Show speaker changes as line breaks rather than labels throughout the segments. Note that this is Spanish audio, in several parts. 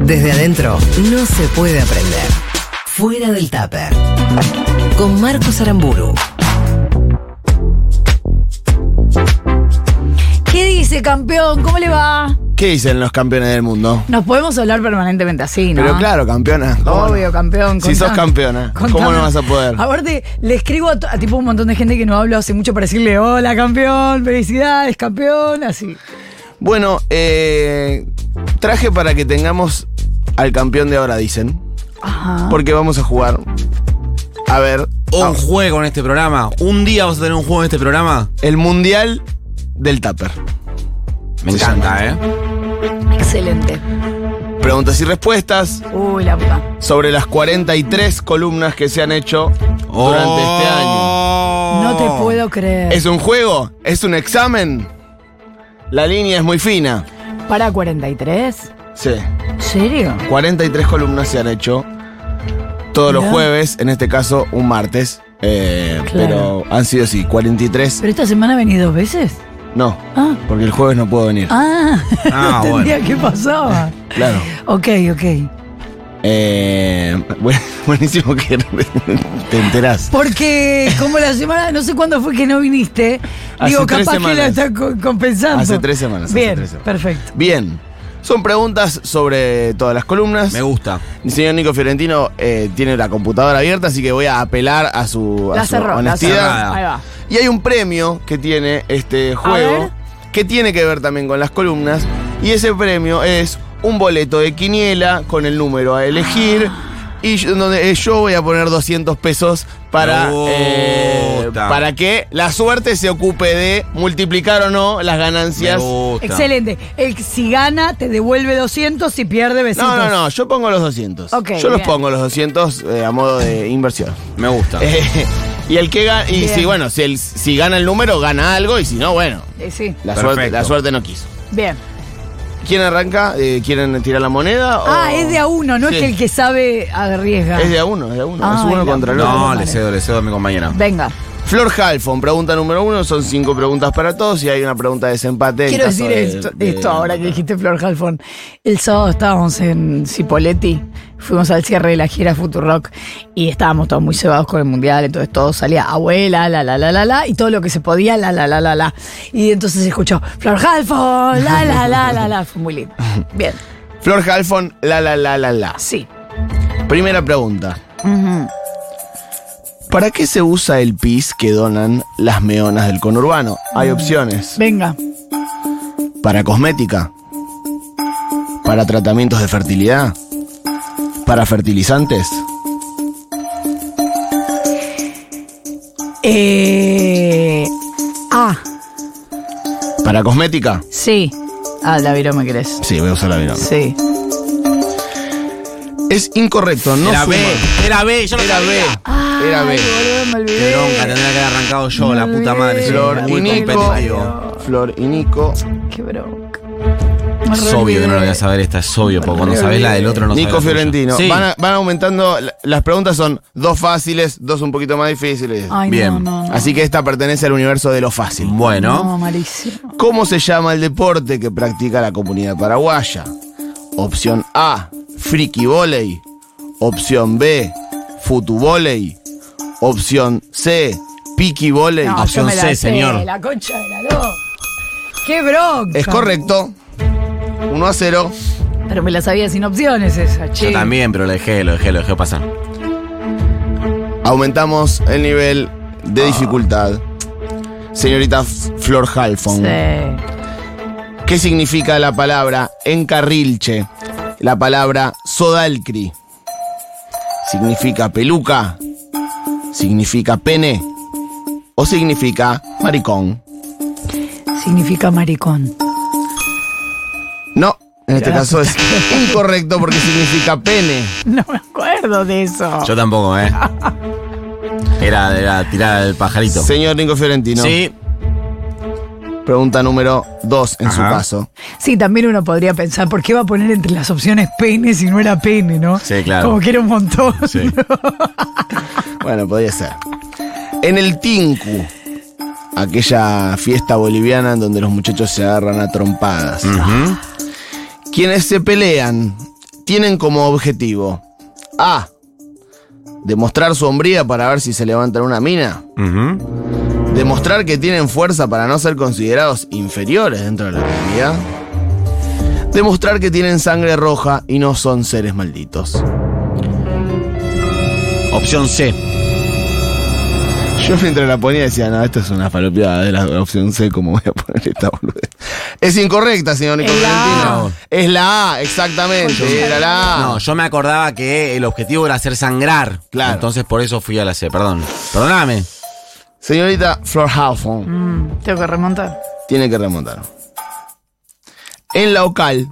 Desde adentro no se puede aprender. Fuera del tupper. Con Marcos Aramburu.
¿Qué dice, campeón? ¿Cómo le va?
¿Qué dicen los campeones del mundo?
Nos podemos hablar permanentemente así, ¿no?
Pero claro, campeona. ¿cómo no?
Obvio, campeón.
Si sos
contame-
campeona, ¿cómo
contame.
no vas a poder?
Aparte, le escribo a, to- a tipo un montón de gente que no hablo hace mucho para decirle, hola, campeón, felicidades, campeón, así.
Bueno, eh, traje para que tengamos al campeón de ahora, dicen.
Ajá.
Porque vamos a jugar. A ver,
un
ah,
juego en este programa. Un día vas a tener un juego en este programa.
el mundial del tupper.
Me
Se
encanta,
llama.
¿eh?
Excelente.
Preguntas y respuestas
Uy, la puta.
sobre las 43 columnas que se han hecho durante este
Oh.
año.
No te puedo creer.
¿Es un juego? ¿Es un examen? La línea es muy fina.
¿Para 43?
Sí.
¿En serio?
43 columnas se han hecho todos los
Mirá.
jueves, en este caso un martes. eh,
Claro.
Pero han sido así, 43.
¿Pero esta semana venís dos veces?
No,
Ah.
porque el jueves no puedo venir.
Ah,
Ah,
no entendía qué pasaba.
Claro.
Ok, ok.
Eh, buen- buenísimo que te enterás.
Porque como la semana, no sé cuándo fue que no viniste,
Hace
digo,
tres
capaz que la
semanas.
están co- compensando.
Hace tres semanas, hace
Bien,
tres semanas.
perfecto.
Bien, son preguntas sobre todas las columnas.
Me gusta.
El señor Nico Fiorentino eh, tiene la computadora abierta, así que voy a apelar a su, a
La
su
cerró, la
honestidad.
cerró.
Ahí va.
Y hay un premio que tiene este juego
ver.
que tiene que ver también con las columnas. Y ese premio es un boleto de quiniela con el número a elegir. Y yo, donde eh, yo voy a poner 200 pesos para,
Me gusta.
eh, para que la suerte se ocupe de multiplicar o no las
Me
ganancias. No,
gusta.
Excelente. El, si gana, te devuelve 200, si pierde, besitos.
no, no, yo pongo los 200.
Ok,
yo los
bien.
pongo los 200 eh, a modo de inversión.
Me gusta.
Eh, y el que gana, y
Bien.
si, bueno, si, el- si gana el número, gana algo, y si no, bueno,
Eh, sí,
la,
Perfecto.
suerte, la suerte no quiso.
bien.
¿Quién arranca? Eh, ¿Quieren tirar la moneda? o-
Ah, es de a uno, no
Oh. Sí.
es que el que sabe arriesga.
Es de a uno, es de a uno.
Ah,
es uno
es de a
contra el
uno.
otro.
No,
Vale.
le cedo, le cedo a mi compañera.
Venga.
Flor Halfon, pregunta número uno. Son cinco preguntas para todos y hay una pregunta de desempate. en
Quiero
caso
decir
de-
esto,
de-
esto ahora que dijiste Flor Halfon. El sábado estábamos en Cipoletti, fuimos al cierre de la gira Futurock y estábamos todos muy cebados con el mundial, entonces todo salía abuela, la, la, la, la, la, y todo lo que se podía, la, la, la, la, la. Y entonces se escuchó Flor Halfon, la, la, la, la, la. Fue muy lindo. Bien,
Flor Halfon, la la la la la.
sí.
Primera pregunta.
Ujú.
¿Para qué se usa el pis que donan las meonas del conurbano? Hay opciones.
Venga.
Para cosmética. Para tratamientos de fertilidad. Para fertilizantes.
Eh, ah,
Para cosmética.
sí. Ah, la viró, me querés.
Sí, voy a usar la viroma.
Sí.
Es incorrecto, no
era
suma.
B, era B, yo lo
Era
sabía.
B. Era B.
Ay, boludo, me olvidé.
Qué bronca, tendría que haber arrancado yo, la puta madre. soy
Flor y
muy
Nico.
competitivo.
Flor y Nico.
Qué bronca.
Es obvio que no lo voy a saber esta, es obvio, porque cuando sabés la del otro no
Nico
sabés la tuya.
Fiorentino.
Sí.
Van, a- van aumentando. la- Las preguntas son dos fáciles, dos un poquito más difíciles.
Ay,
Bien.
No, no.
Así que esta pertenece al universo de lo fácil.
Bueno.
No, malísimo.
¿Cómo se llama el deporte que practica la comunidad paraguaya? Opción A, friki volley. Opción B, futu volley. Opción C, piqui volley.
No, yo
Eh, Opción
me la
C,
sé,
señor.
La concha de la lora. Qué bronca.
Es correcto. 1 a 0.
Pero me la sabía sin opciones esa, che.
Yo también, pero lo dejé, lo dejé, lo dejé pasar.
Aumentamos el nivel de
Ah.
dificultad. Señorita F- Flor Halfon,
Sí.
¿qué significa la palabra encarrilche? La palabra sodalcri. ¿Significa peluca? ¿Significa pene? ¿O significa maricón?
Significa maricón.
No, en este caso es incorrecto porque significa pene.
No me acuerdo de eso.
Yo tampoco, ¿eh? Era, era tirar al pajarito.
Señor Nico Fiorentino,
Sí,
pregunta número 2 en su
Ajá.
caso.
Sí, también uno podría pensar, ¿por qué va a poner entre las opciones pene si no era pene, no?
Sí, claro.
Como que era un montón.
Sí.
Bueno, podría ser. En el Tinku, aquella fiesta boliviana en donde los muchachos se agarran a trompadas. Quienes se pelean tienen como objetivo A. Demostrar su hombría para ver si se levantan una mina.
Ujú.
Demostrar que tienen fuerza para no ser considerados inferiores dentro de la comunidad. Demostrar que tienen sangre roja y no son seres malditos.
Opción C.
Yo mientras la ponía decía, no, esto es una falopeada de la opción C, ¿cómo voy a poner esta boludez? Es incorrecta, señor Nico
Es la
Florentino. Es la A, exactamente. Era la
Ah.
A.
No, yo me acordaba que el objetivo era hacer sangrar.
Claro.
Entonces por eso fui a la C, perdón. Perdóname.
Señorita Flor Halfon
Mm, tengo que remontar.
tiene que remontar. En la OCAL,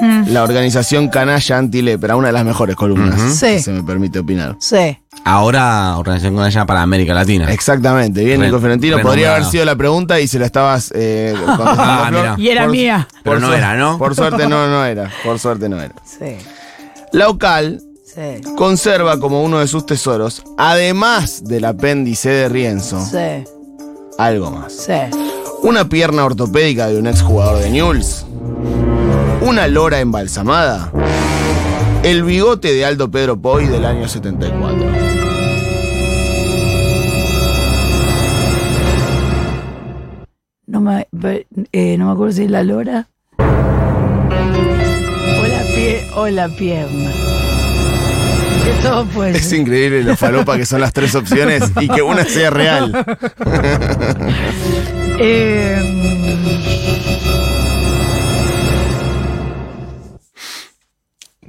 Mm.
la organización canalla antilepra, una de las mejores columnas,
Sí.
si se me permite opinar.
Sí.
Ahora organización con ella para América Latina.
Exactamente, bien,
Re-
Nico Florentino. Podría
renombrada.
haber sido la pregunta y se la estabas eh, contestando.
Ah,
Flor.
mira.
Y era
Por-
mía.
Pero no
suerte-
era, ¿no?
Por suerte no, no era. Por suerte no era.
Sí.
La OCAL
Sí.
conserva como uno de sus tesoros, además del apéndice de Rienzo,
Sí.
algo más.
Sí.
Una pierna ortopédica de un exjugador de Newell's. Una lora embalsamada. El bigote de Aldo Pedro Poi del año 74.
No me, ve- eh, no me acuerdo si es la lora. O la pie, o la pierna. Que todo puede
Es
ser.
increíble lo falopa que son las tres opciones y que una sea real.
Eh,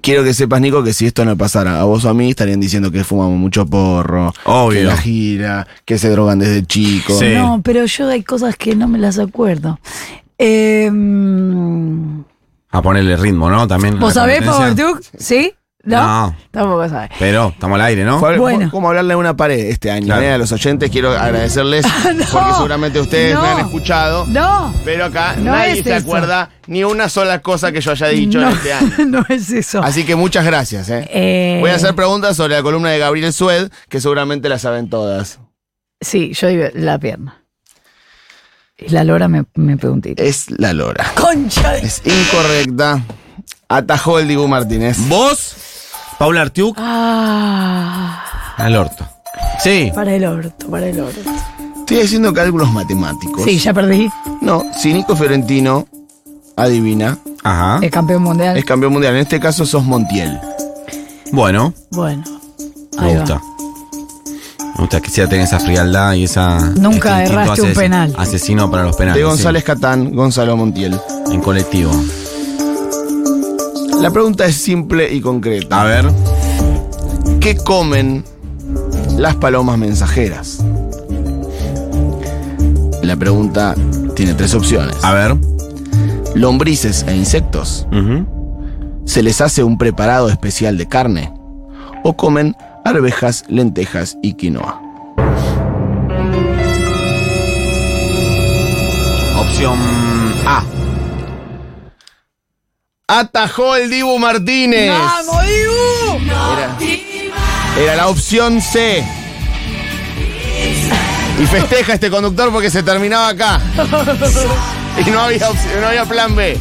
Quiero que sepas, Nico, que si esto no pasara a vos o a mí, estarían diciendo que fumamos mucho porro,
Obvio.
que la gira, que se drogan desde chicos.
Sí.
No, pero yo hay cosas que no me las acuerdo. Eh, ¿Vos
A ponerle ritmo, ¿no? También. a la
sabés,
competencia.
Power ¿Sí? ¿No?
No.
Tampoco sabés.
Pero estamos al aire, ¿no?
Fue
Bueno.
como hablarle a una pared este año.
Claro.
¿eh? A los oyentes quiero agradecerles
Ah, no,
porque seguramente ustedes me
no.
han escuchado.
No.
Pero acá
No
nadie
es
se
eso.
acuerda ni una sola cosa que yo haya dicho
no,
en este año.
no es eso.
Así que muchas gracias. ¿eh?
Eh,
Voy a hacer preguntas sobre la columna de Gabriel Sued, que seguramente la saben todas.
Sí, yo digo la pierna. Y la lora me, me pegó un tiro.
Es la Lora.
¡Concha! de-
Eh, Es incorrecta. Atajó el Dibu Martínez.
Vos, Paula Artiuk,
Ah,
al orto. Sí.
para el orto, para el orto.
Estoy haciendo cálculos matemáticos.
Sí, ya perdí.
No, si Nico Fiorentino adivina,
Ajá.
El campeón mundial.
Ah. es campeón mundial. En este caso sos Montiel.
Bueno,
Bueno. ahí va.
me gusta. Me gusta que sea tener esa frialdad y esa.
Nunca
instinto
erraste un
ases-
penal.
Asesino para los penales.
De
Ah, sí.
González Catán, Gonzalo Montiel.
En colectivo.
La pregunta es simple y concreta.
A ver.
¿Qué comen las palomas mensajeras? La pregunta tiene tres opciones.
A ver.
Lombrices e insectos.
Ujú.
Se les hace un preparado especial de carne. O comen arvejas, lentejas y quinoa.
Opción A.
Atajó el Dibu Martínez.
¡Vamos, Dibu!
Era, era la opción C. Y festeja este conductor porque se terminaba acá. Y no había, opción- no había plan B.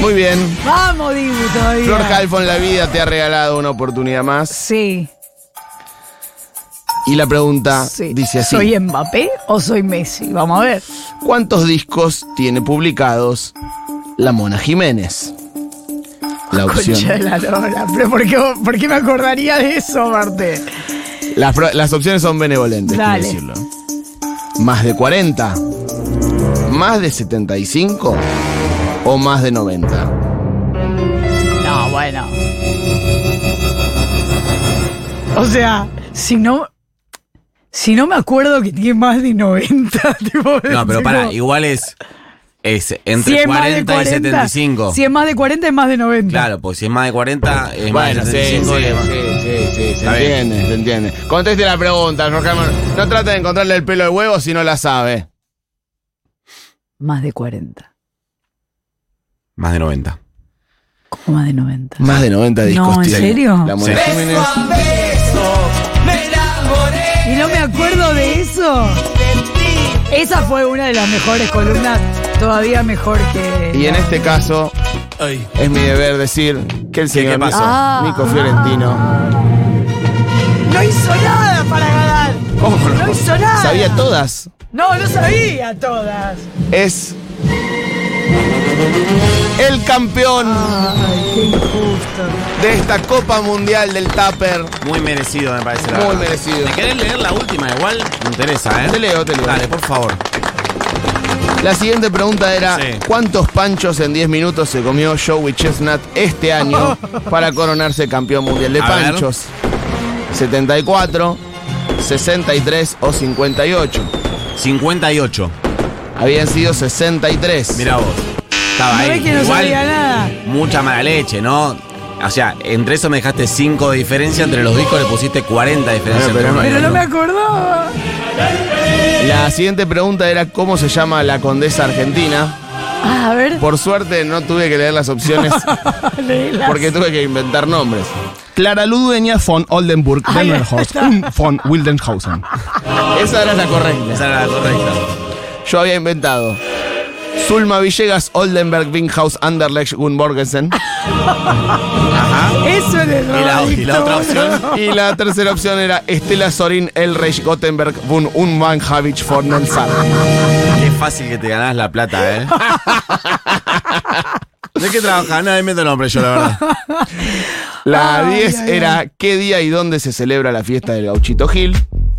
Muy bien.
¡Vamos, Dibu todavía!
Flor Halfon, la vida te ha regalado una oportunidad más.
Sí,
Y la pregunta
sí.
Ah, dice así.
¿Soy Mbappé o soy Messi? Vamos a ver.
¿Cuántos discos tiene publicados la Mona Jiménez? La
Concha de
opción.
la lora. ¿Pero por qué, vos- por qué me acordaría de eso, Marte?
Las, pro- las opciones son benevolentes, quiero
Dale.
decirlo. ¿Más de 40? ¿Más de 75? ¿O más de 90?
No, bueno. O sea, si no. Si no me acuerdo que tiene más de 90, tipo,
No, pero
es
para,
como-
igual es. Es
Si
entre
es más de
40, y 75.
Si es más de 40, es más de 90.
Claro, pues si es más de 40, es
Bueno,
más
sí,
de
sí, sí,
75. y es más-
sí, sí, se
Está bien.
entiende, se entiende. Conteste la pregunta, Flor Halfon. No trate de encontrarle el pelo de huevo si no la sabe.
Más de 40.
Más de 90.
¿Cómo más de 90?
Más de 90 discos
No, ¿en
tiene.
serio?
La Mona
Sí.
Jiménez.
Y no me acuerdo de eso. Esa fue una de las mejores columnas, todavía mejor que.
Y en este caso, Es mi deber decir que el señor
qué pasó?
Ah.
Nico Fiorentino
No hizo nada para ganar.
¿Cómo
no? No hizo nada.
sabía todas.
No, no sabía todas.
Es el campeón
Ay, qué injusto.
de esta Copa Mundial del Tupper.
Muy merecido, me parece. la
Muy
verdad.
merecido.
¿Me querés leer la última? Igual me interesa, ¿eh?
Te leo, te leo.
Dale, por favor.
pues. La siguiente pregunta era:
Sí.
¿Cuántos panchos en 10 minutos se comió Joey Chestnut este año para coronarse campeón mundial de
A ver.
panchos? ¿74, 63 o 58?
58.
Habían sido 63.
Mira vos. Estaba
No
ahí.
ves que no
Igual,
sabía nada.
mucha mala leche, ¿no? O sea, entre eso me dejaste 5 de diferencia, entre los discos le pusiste 40 de diferencia.
Bueno, pero
entre
Pero
uno y
no me
otro.
acordaba.
La siguiente pregunta era: ¿Cómo se llama la condesa argentina?
Ah, a ver.
Por suerte no tuve que leer las opciones
léelas.
porque tuve que inventar nombres. Clara Ludueña von Oldenburg,
Ay, Delmenhorst está.
von Wildenhausen. Esa era la correcta.
Esa era la correcta.
Yo había inventado. Zulma Villegas, Oldenberg, Binghaus, Anderlecht, Gunborgensen.
Ajá.
Eso era el
Y la- y la otra
drogadicto,
opción.
boludo.
Y la tercera opción era Estela Sorin, Elreich, Gottenberg, von Unmanhavich, von Nonsar.
Qué fácil que te ganás la plata, ¿eh? ¿De qué trabajás? No, invento nombre yo, la verdad.
La
Ay,
10
ay,
era ¿Qué día y dónde se celebra la fiesta del Gauchito Gil?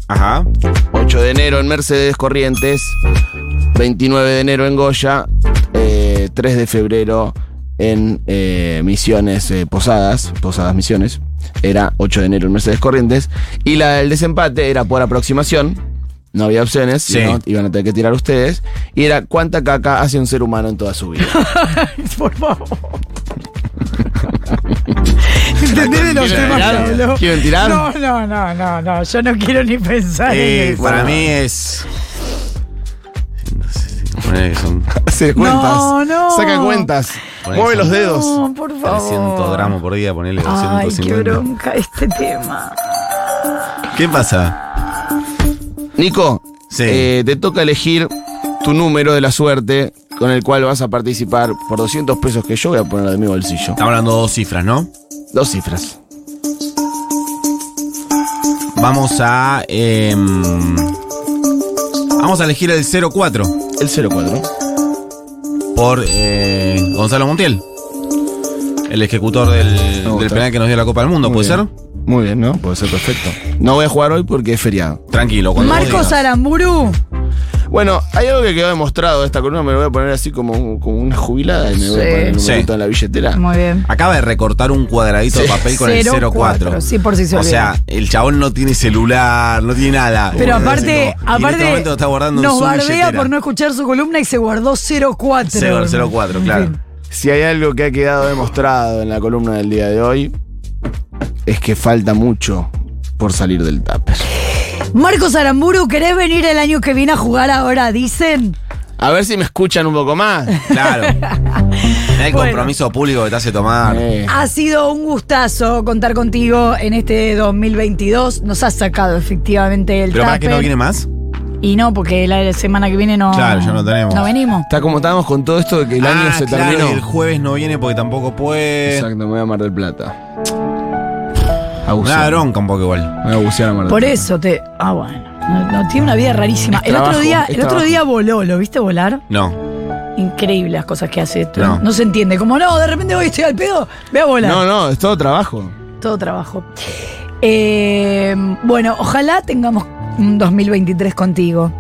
Ajá.
8 de enero en Mercedes Corrientes, 29 de enero en Goya, eh, 3 de febrero en eh, Misiones eh, Posadas, Posadas Misiones, era 8 de enero en Mercedes Corrientes, y la del desempate era por aproximación, no había opciones,
Sí.
sino iban a tener que tirar ustedes, y era cuánta caca hace un ser humano en toda su vida.
Por favor. ¿Entendés de los
¿Quieren
temas
tirar?
que habló?
¿Quieren tirar?
No, no, no, no, no. Yo no quiero ni pensar en
Eh,
eso.
para mí es. Ponele que son
Hace cuentas,
no.
saca cuentas,
Por
mueve
eso.
los dedos.
No, por favor.
300 gramos por día, ponele
Ay,
250.
qué bronca este tema.
¿Qué pasa?
Nico,
Sí.
eh, te toca elegir tu número de la suerte con el cual vas a participar por 200 pesos que yo voy a poner de mi bolsillo.
Estamos hablando de dos cifras, ¿no?
Dos cifras.
Vamos a. em, vamos a elegir el 04
El 04.
por eh, Gonzalo Montiel. El ejecutor del,
gusta.
del penal que nos dio la Copa del Mundo,
Muy
¿puede ser?
bien. Muy bien, ¿no? Puede ser perfecto. No voy a jugar hoy porque es feriado.
Tranquilo, cuando vos
Marcos
digas.
Aramburu.
Bueno, hay algo que quedó demostrado de esta columna, me lo voy a poner así como, como una jubilada y me voy a
Sí.
poner el numerito
Sí.
en la billetera.
Muy bien.
Acaba de recortar un cuadradito de
Sí.
papel con el 04.
04, sí, por si se
O sea, el chabón no tiene celular, no tiene nada.
Pero
Como
aparte,
como- y en este
aparte
momento lo está guardando en
nos
su
bardea
billetera.
por no escuchar su columna y se guardó 04.
Cero- 04,
En
claro.
fin.
Si hay algo que ha quedado demostrado en la columna del día de hoy, es que falta mucho por salir del tupper.
Marcos Aramburu, ¿querés venir el año que viene a jugar ahora? Dicen.
A ver si me escuchan un poco más.
Claro.
Bueno.
El compromiso público que te hace tomar.
Eh.
Ha sido un gustazo contar contigo en este 2022. Nos has sacado efectivamente el
Pero para que no
tupper.
viene más.
Y no, porque la semana que viene no.
Claro, ya no tenemos.
No venimos.
Está como estábamos con todo esto de que el año
Ah,
se
claro,
terminó.
y El jueves no viene porque tampoco puede.
Exacto, me voy a Mar del Plata. A
Una
bucear.
bronca un poco igual.
Me voy a bucear a Mar del
Por
Plata.
eso te. Ah, bueno. No, no, tiene una vida rarísima. El
trabajo,
otro día,
es
el otro
trabajo.
día voló, ¿lo viste volar?
No.
Increíble las cosas que hace.
No.
No, se entiende. Como no, de repente hoy estoy al pedo, voy a volar.
No, no, es todo trabajo.
Todo trabajo. Eh, bueno, ojalá tengamos un 2023 contigo.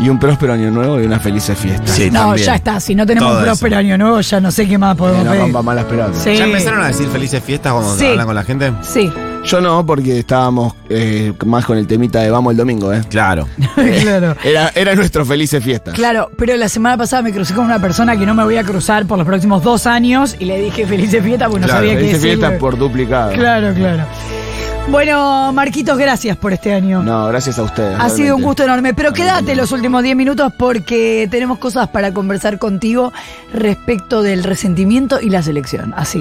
Y un próspero año nuevo y unas felices fiestas.
Sí,
no,
también.
ya está. Si no tenemos
Todo
un
eso.
próspero año nuevo, ya no sé qué más podemos
Una
pedir.
pampa mala esperanza.
Sí.
¿Ya empezaron a decir felices fiestas cuando
Sí.
hablan con la gente?
Sí,
Yo no, porque estábamos eh, más con el temita de vamos el domingo, ¿eh?
Claro.
claro.
Era, era nuestro felices fiestas.
Claro, pero la semana pasada me crucé con una persona que no me voy a cruzar por los próximos dos años y le dije felices fiestas porque no
Claro,
sabía qué
Felices
decirle.
fiestas por duplicado.
Claro, claro. Bueno, Marquitos, gracias por este año.
No, gracias a ustedes.
ha sido un
realmente.
gusto enorme, pero quédate los últimos 10 minutos porque tenemos cosas para conversar contigo respecto del resentimiento y la selección. Así.